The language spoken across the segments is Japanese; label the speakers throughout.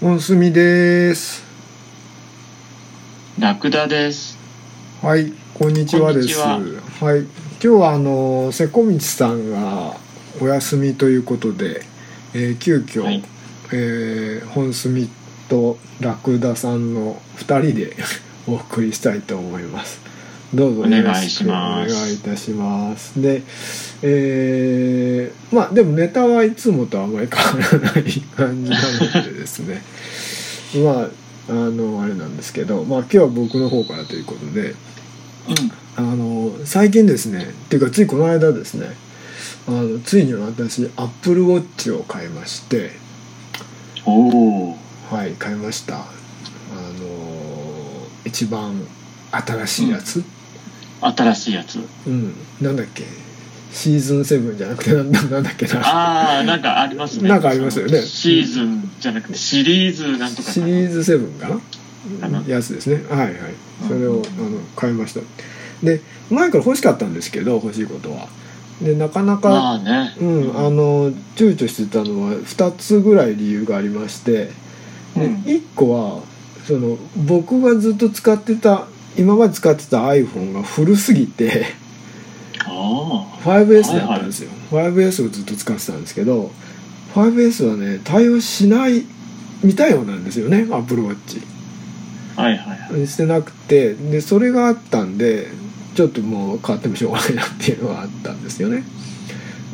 Speaker 1: モンスミです。
Speaker 2: ラクダです。
Speaker 1: はい、こんにちはです。
Speaker 2: こん
Speaker 1: はい、今日はあの瀬古道さんがお休みということで、えー急遽、
Speaker 2: はい
Speaker 1: えー本スミとラクダさんの二人で お送りしたいと思います。どうぞ
Speaker 2: お願い
Speaker 1: よろしく
Speaker 2: します
Speaker 1: お願いいたします。で、えーまあでもネタはいつもとあまり変わらない感じなのでですね。まああのあれなんですけど、まあ、今日は僕の方からということであの最近ですねっていうかついこの間ですねあのついに私アップルウォッチを買いまして
Speaker 2: うん。おお。
Speaker 1: はい買いましたあの一番新しいやつ、
Speaker 2: 新しいやつ。
Speaker 1: うん、なんだっけシーズン7じゃなくてなんだなんだっけな
Speaker 2: あ あ、なんかありますね。
Speaker 1: なんかありますよね
Speaker 2: シーズンじゃなくて、シリーズなんとか
Speaker 1: シリーズ7かな
Speaker 2: かな
Speaker 1: やつですねはいはいそれ
Speaker 2: う
Speaker 1: を
Speaker 2: ん
Speaker 1: あの買いましたで前から欲しかったんですけど欲しいことはでなかな
Speaker 2: ま
Speaker 1: か、
Speaker 2: あね。
Speaker 1: うん、あの躊躇してたのは2つぐらい理由がありまして、
Speaker 2: う
Speaker 1: で
Speaker 2: ん
Speaker 1: 1個はその僕がずっと使ってた今まで使ってた iPhone が古すぎて
Speaker 2: あ
Speaker 1: 5S だったんですよ、5S をずっと使ってたんですけど 5S はね対応しないみたいようなんですよね Apple Watch
Speaker 2: あ。はいはいはい。
Speaker 1: してなくてでそれがあったんでちょっともう買ってもしょうがないなっていうのはあったんですよね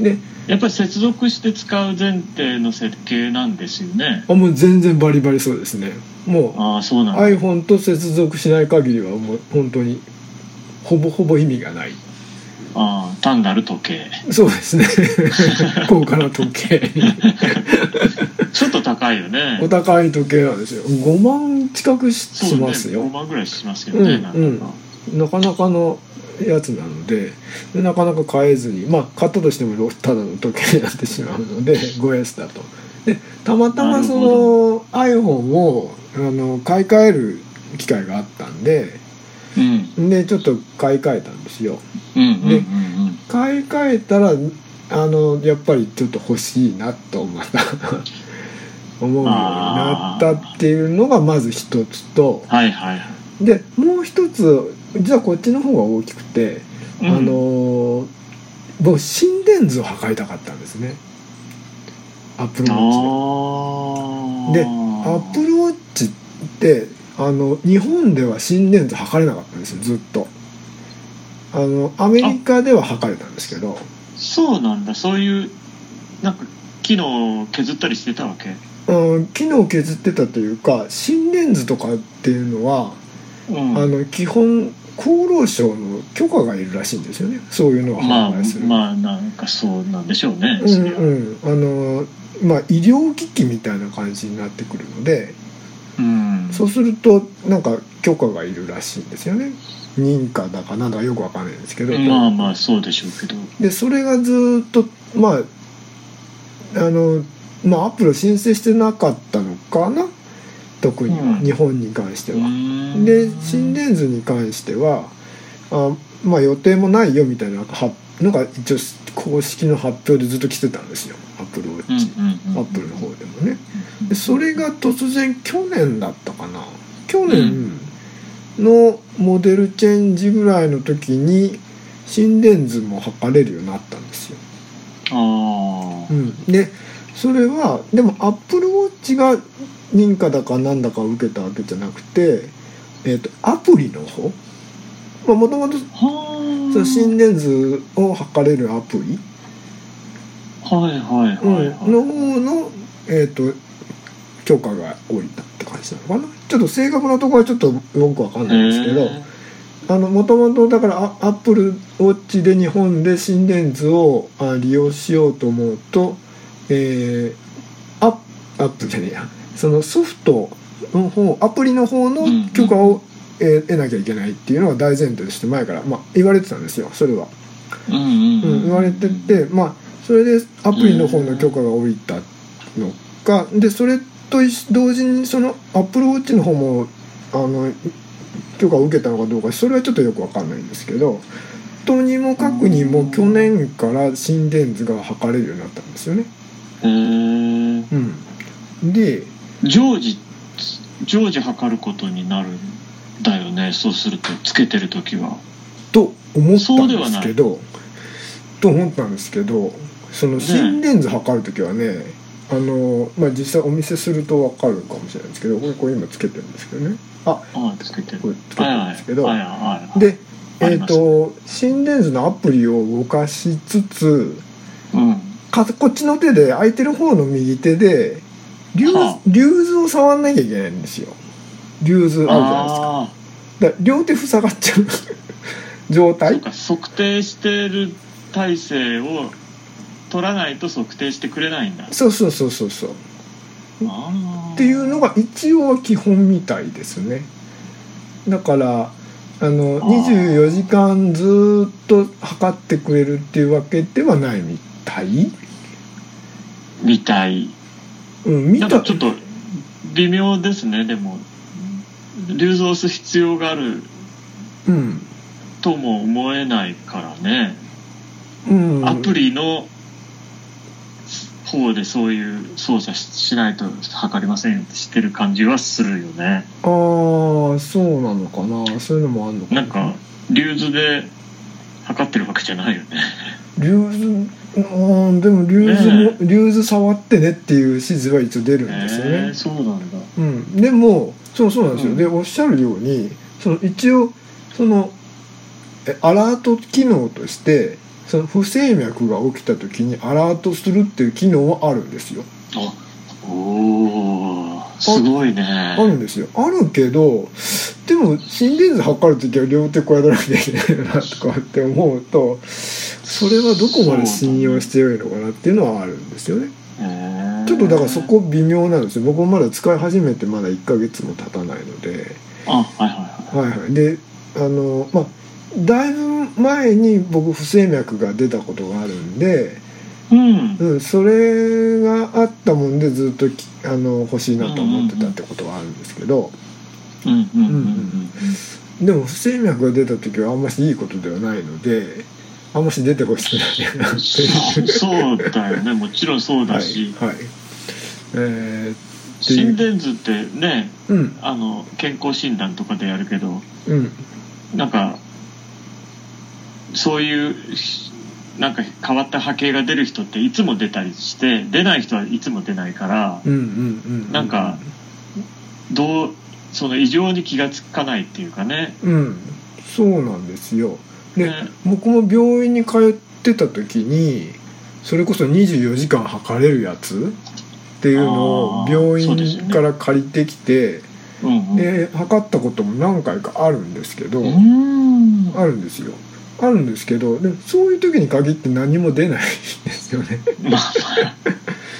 Speaker 1: で
Speaker 2: やっぱり接続して使う前提の設計なんですよね。
Speaker 1: あもう全然バリバリそうですねも
Speaker 2: ああ、そう
Speaker 1: う
Speaker 2: なんだ。
Speaker 1: iPhone と接続しない限りはもう本当にほぼほぼ意味がない
Speaker 2: ああ、単なる時計。
Speaker 1: そうです ね高価な時計
Speaker 2: ちょっと高いよね。
Speaker 1: お高い時計なんですよ5万近くし
Speaker 2: そう
Speaker 1: しますよ
Speaker 2: ね。5万ぐらいしますけどね。
Speaker 1: うん
Speaker 2: なん
Speaker 1: うん
Speaker 2: だか
Speaker 1: なかなかのやつなのででなかなか買えずにまあ買ったとしてもただの時計になってしまうので 5S だと。でたまたまそ
Speaker 2: なる
Speaker 1: の iPhone をあの買い替える機会があったんで
Speaker 2: うん。
Speaker 1: でちょっと買い替えたんですよ。
Speaker 2: うんうんうん
Speaker 1: で買い替えたらあのやっぱりちょっと欲しいなとまた 思うようになったっていうのがまず一つと
Speaker 2: うん。はいはいはい。
Speaker 1: でもう一つ実はこっちの方が大きくて。
Speaker 2: うん
Speaker 1: あのー僕心電図を測りたかったんですねアップルウォッチ
Speaker 2: ああ。
Speaker 1: ででアップルウォッチってあの日本では心電図測れなかったんですよずっとあのアメリカでは測れたんですけど
Speaker 2: そうなんだそういうなんか機能を削ったりしてたわけ
Speaker 1: うん、機能を削ってたというか心電図とかっていうのは、
Speaker 2: うん
Speaker 1: あの基本厚労省の許可がいるらしいんですよねそういうのを
Speaker 2: まあ
Speaker 1: 販売する、
Speaker 2: まあなんかそうなんでしょうね、
Speaker 1: う
Speaker 2: そ
Speaker 1: ん
Speaker 2: りゃ
Speaker 1: うんあのまあ医療機器みたいな感じになってくるので
Speaker 2: うん
Speaker 1: そうするとなんか許可がいるらしいんですよね認可だかなんだかよくわかんないんですけど、
Speaker 2: まあまあそうでしょうけど
Speaker 1: でそれがずっとまああのまあアップル申請してなかったのかな特には、
Speaker 2: うん
Speaker 1: 日本に関しては、
Speaker 2: うん
Speaker 1: で心電図に関してはあまあ予定もないよみたいなはなんか一応公式の発表でずっと来てたんですよアップルウォ
Speaker 2: うん
Speaker 1: ッチ、
Speaker 2: うんうん
Speaker 1: アップルの方でもね
Speaker 2: うん
Speaker 1: でそれが突然去年だったかな去年のモデルチェンジぐらいの時に心電図も測れるようになったんですよ、
Speaker 2: ああ
Speaker 1: うん、でそれはでもアップルウォッチが認可だかなんだかを受けたわけじゃなくて、えー、とアプリの方もともと
Speaker 2: はあ
Speaker 1: 心電図を測れるアプリ
Speaker 2: はいはい
Speaker 1: うん
Speaker 2: はいはい、
Speaker 1: の方の、えっと許可が下りたって感じなのかなちょっと正確なところはちょっとよくわかんないんですけ
Speaker 2: へ
Speaker 1: ど
Speaker 2: え
Speaker 1: あのもともとだからアアップルウォッチで日本で心電図をあ利用しようと思うと、えー、アップアップじゃねえやそのソフトの方アプリの方の許可を、えー得なきゃいけないっていうのが大前提として前から、まあ、言われてたんですよそれは。
Speaker 2: うんうん
Speaker 1: うん、言われてて、まあ、それでアプリの方の許可が下りたのか、でそれと一緒同時にそのアップルウォッチの方もあの許可を受けたのかどうかそれはちょっとよくわかんないんですけどとにもかくに
Speaker 2: う
Speaker 1: も
Speaker 2: ん
Speaker 1: 去年から心電図が測れるようになったんですよね。う
Speaker 2: へえ
Speaker 1: ん、で
Speaker 2: 常時常時測ることになるんだよねそうするとつけてる時は
Speaker 1: と思ったんですけどと思ったんですけどその心電図測る時はねあのまあ実際お見せすると分かるかもしれないんですけどこれこれ今つけてるんですけどねあ
Speaker 2: ああつけてる
Speaker 1: これつけてるんですけど、
Speaker 2: はいはいはいはい、
Speaker 1: で
Speaker 2: あ
Speaker 1: え
Speaker 2: り
Speaker 1: っ、
Speaker 2: ました
Speaker 1: と心電図のアプリを動かしつつ
Speaker 2: うん、
Speaker 1: かこっちの手で空いてる方の右手でリューズ
Speaker 2: はあ
Speaker 1: リューズを触んなきゃいけないんですよリューズあるじゃないですか
Speaker 2: あ
Speaker 1: だから両手塞がっちゃう 状
Speaker 2: あー、
Speaker 1: 態
Speaker 2: そうか測定してる体勢を取らないと測定してくれないんだあ
Speaker 1: そうそうそうそうそう
Speaker 2: あ
Speaker 1: っていうのが一応は基本みたいですねだからあの
Speaker 2: あー
Speaker 1: 24時間ずーっと測ってくれるっていうわけではないみたい
Speaker 2: みたい
Speaker 1: うん見
Speaker 2: なん
Speaker 1: た
Speaker 2: かちょっと微妙ですねでも流動す必要がある
Speaker 1: うん
Speaker 2: とも思えないからね、
Speaker 1: うん
Speaker 2: アプリの方でそういう操作ししないと測りませんよってしてる感じはするよね
Speaker 1: ああそうなのかなそういうのもあるのかな
Speaker 2: なんか流図で測ってるわけじゃないよね
Speaker 1: リューズうんでもリューズも、
Speaker 2: ね
Speaker 1: リューズ触ってねっていう指示は一応出るんですよね、
Speaker 2: えーそうなんだ
Speaker 1: うん、でもそうそうなんですよ、
Speaker 2: うん
Speaker 1: でおっしゃるようにその一応そのえアラート機能としてその不整脈が起きた時にアラートするっていう機能はあるんですよ
Speaker 2: おーすごいね
Speaker 1: あるんですよあるけどでも心電図測る時は両手こうやらなきゃいけないよなとかって思うとそれはどこまで信用してよいのかなっていうのはあるんですよね
Speaker 2: えー
Speaker 1: ちょっとだからそこ微妙なんですよ僕もまだ使い始めてまだ1ヶ月も経たないので
Speaker 2: あはいはいはい
Speaker 1: はいはい、であのまあだいぶ前に僕不整脈が出たことがあるんで、
Speaker 2: うん
Speaker 1: うん、それがあったもんでずっときあの欲しいなと思ってたってことはあるんですけど、
Speaker 2: うんうんうん
Speaker 1: うん
Speaker 2: うん
Speaker 1: でも不整脈が出た時はあんましいいことではないのであんまし出てほしくないなっていう
Speaker 2: そうだよねもちろんそうだし、
Speaker 1: はい、はい、えーていう
Speaker 2: 心電図ってね
Speaker 1: うん
Speaker 2: あの健康診断とかでやるけど
Speaker 1: うん
Speaker 2: なんかそういうしなんか変わった波形が出る人っていつも出たりして出ない人はいつも出ないから
Speaker 1: うんうんうんうん
Speaker 2: なんかどうその異常に気がつかないっていうかね
Speaker 1: うんそうなんですよで、
Speaker 2: ね
Speaker 1: 僕も病院に通ってた時にそれこそ24時間測れるやつっていうのを
Speaker 2: あー
Speaker 1: 病
Speaker 2: そうですよ
Speaker 1: 院
Speaker 2: ね
Speaker 1: から借りてきて
Speaker 2: うんうん
Speaker 1: で測ったことも何回かあるんですけど、
Speaker 2: うん
Speaker 1: あるんですよあるんですけどでそういう時に限って何も出ないんですよね
Speaker 2: まあ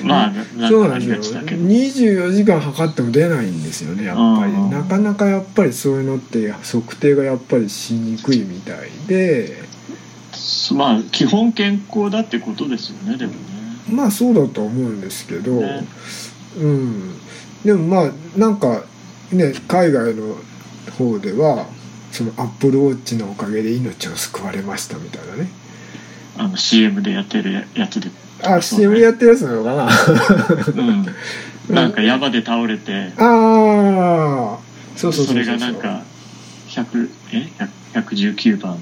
Speaker 2: まあまあ な
Speaker 1: そうん
Speaker 2: か
Speaker 1: な
Speaker 2: あ
Speaker 1: ん
Speaker 2: りが
Speaker 1: で
Speaker 2: ち
Speaker 1: すよ
Speaker 2: だけど
Speaker 1: 24時間測っても出ないんですよねやっぱり
Speaker 2: うん
Speaker 1: なかなかやっぱりそういうのって測定がやっぱりしにくいみたいで
Speaker 2: まあ基本健康だってことですよねでもね
Speaker 1: まあそうだと思うんですけど、
Speaker 2: ね
Speaker 1: うんでもまあなんかね海外の方ではそのアップルウォッチのおかげで命を救われましたみたいなね
Speaker 2: あの CM でやってるやつで
Speaker 1: あ
Speaker 2: そうね
Speaker 1: CM やってるやつなの かな
Speaker 2: うん、なんか山で倒れて、
Speaker 1: ああそうそうそうう
Speaker 2: それがなんか100え100 119番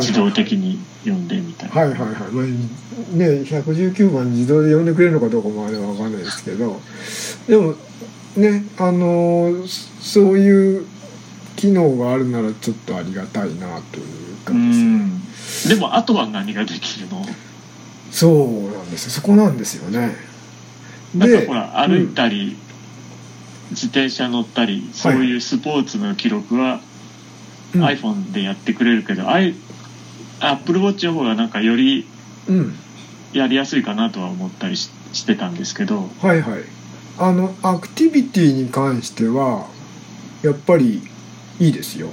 Speaker 2: 自動的に読んでみたいな、
Speaker 1: はいはいはい、まあ、ね119番自動で呼んでくれるのかどうかもあれは分かんないですけどでもねあのーそそういう機能があるならちょっとありがたいなというか
Speaker 2: う
Speaker 1: ですね
Speaker 2: んでもあとは何ができるの
Speaker 1: そうなんですよそこなんですよね
Speaker 2: なんかほら歩いたり、自転車乗ったりそういうスポーツの記録は
Speaker 1: うん
Speaker 2: iPhone でやってくれるけど、あい Apple Watch の方がなんかより
Speaker 1: うん、うん
Speaker 2: やりやすいかなとは思ったりししてたんですけど
Speaker 1: はいはいあのアクティビティに関してはやっぱりいいですよ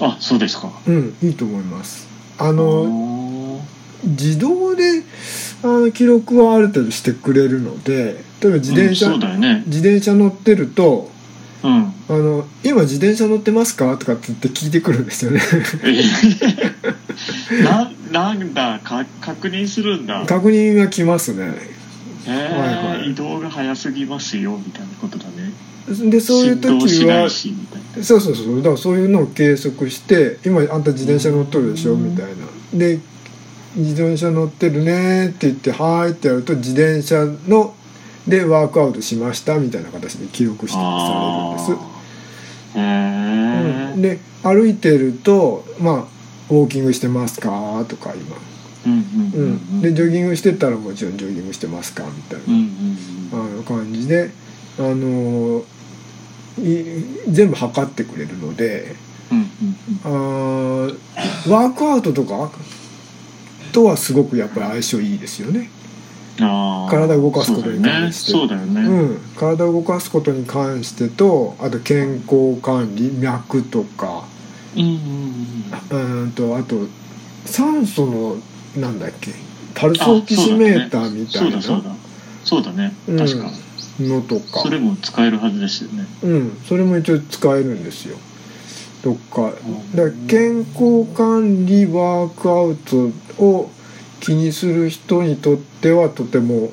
Speaker 2: あそうですか
Speaker 1: うんいいと思いますあ
Speaker 2: あ
Speaker 1: の自動であの記録はある程度してくれるので例えば自転車、
Speaker 2: うん、そうだよね
Speaker 1: 自転車乗ってると
Speaker 2: うん
Speaker 1: あの「今自転車乗ってますか?」とかって言って聞いてくるんですよね
Speaker 2: ななんだか確認するんだ
Speaker 1: 確認が来ますね
Speaker 2: えー
Speaker 1: はいはい
Speaker 2: 移動が早すぎますよみたいなことだね
Speaker 1: でそういう
Speaker 2: 振動
Speaker 1: 時
Speaker 2: しな
Speaker 1: はい
Speaker 2: しみたいな
Speaker 1: そうそうそうだからそういうのを計測して「今あんた自転車乗っとるでしょ」
Speaker 2: うん
Speaker 1: みたいな。で「自転車乗ってるね」って言って「はーい」ってやると自転車のでワークアウトしましたみたいな形で記録して
Speaker 2: あ
Speaker 1: されるんです。
Speaker 2: ーへえ
Speaker 1: うんで歩いてると「まあウォーキングしてますか?」とか今、
Speaker 2: うん
Speaker 1: う
Speaker 2: うん
Speaker 1: ん、
Speaker 2: う
Speaker 1: で
Speaker 2: ん
Speaker 1: ジョギングしてたらもちろんジョギングしてますかみたいな
Speaker 2: う。ん
Speaker 1: あの感じで、あのーい全部測ってくれるので
Speaker 2: うんうんう
Speaker 1: あ
Speaker 2: ん
Speaker 1: ーワークアウトとかとはすごくやっぱり相性いいですよね、
Speaker 2: あー
Speaker 1: 体動かすことに関して
Speaker 2: そうだよねそうだよね
Speaker 1: うん、体を動かすことに関してとあと健康管理脈とか
Speaker 2: うんうん
Speaker 1: うーんとあと酸素のなんだっけパルスオキシメーターみた
Speaker 2: そう
Speaker 1: い
Speaker 2: だそう
Speaker 1: な
Speaker 2: だそうだね
Speaker 1: うん
Speaker 2: 確か、
Speaker 1: のとか、
Speaker 2: それも使えるはずですよね
Speaker 1: うん、それも一応使えるんですよどっか
Speaker 2: うん
Speaker 1: だから健康管理ワークアウトを気にする人にとってはとても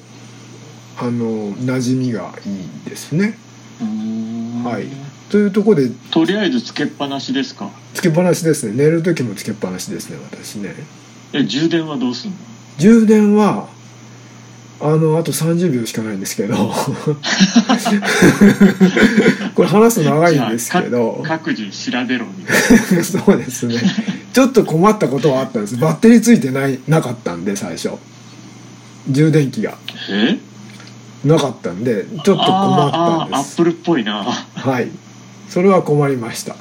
Speaker 1: あの馴染みがいいんですね
Speaker 2: うーん
Speaker 1: はいというところで
Speaker 2: とりあえずつけっぱなしですか
Speaker 1: つけっぱなしですね寝る時もつけっぱなしですね私ね
Speaker 2: え充電はどうすんの
Speaker 1: 充電はあのあと30秒しかないんですけ どこれ話すの長いんですけ
Speaker 2: じゃ
Speaker 1: ど
Speaker 2: あか各自調べろみたい
Speaker 1: そうですね。ちょっと困ったことはあったんです。バッテリーついてないなかったんで最初。充電器が
Speaker 2: なえ
Speaker 1: なかったんでちょっと困ったん
Speaker 2: あーあー
Speaker 1: で
Speaker 2: アッ
Speaker 1: す。
Speaker 2: プルっぽいな
Speaker 1: はい。それは困りました。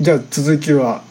Speaker 1: じゃあ続きは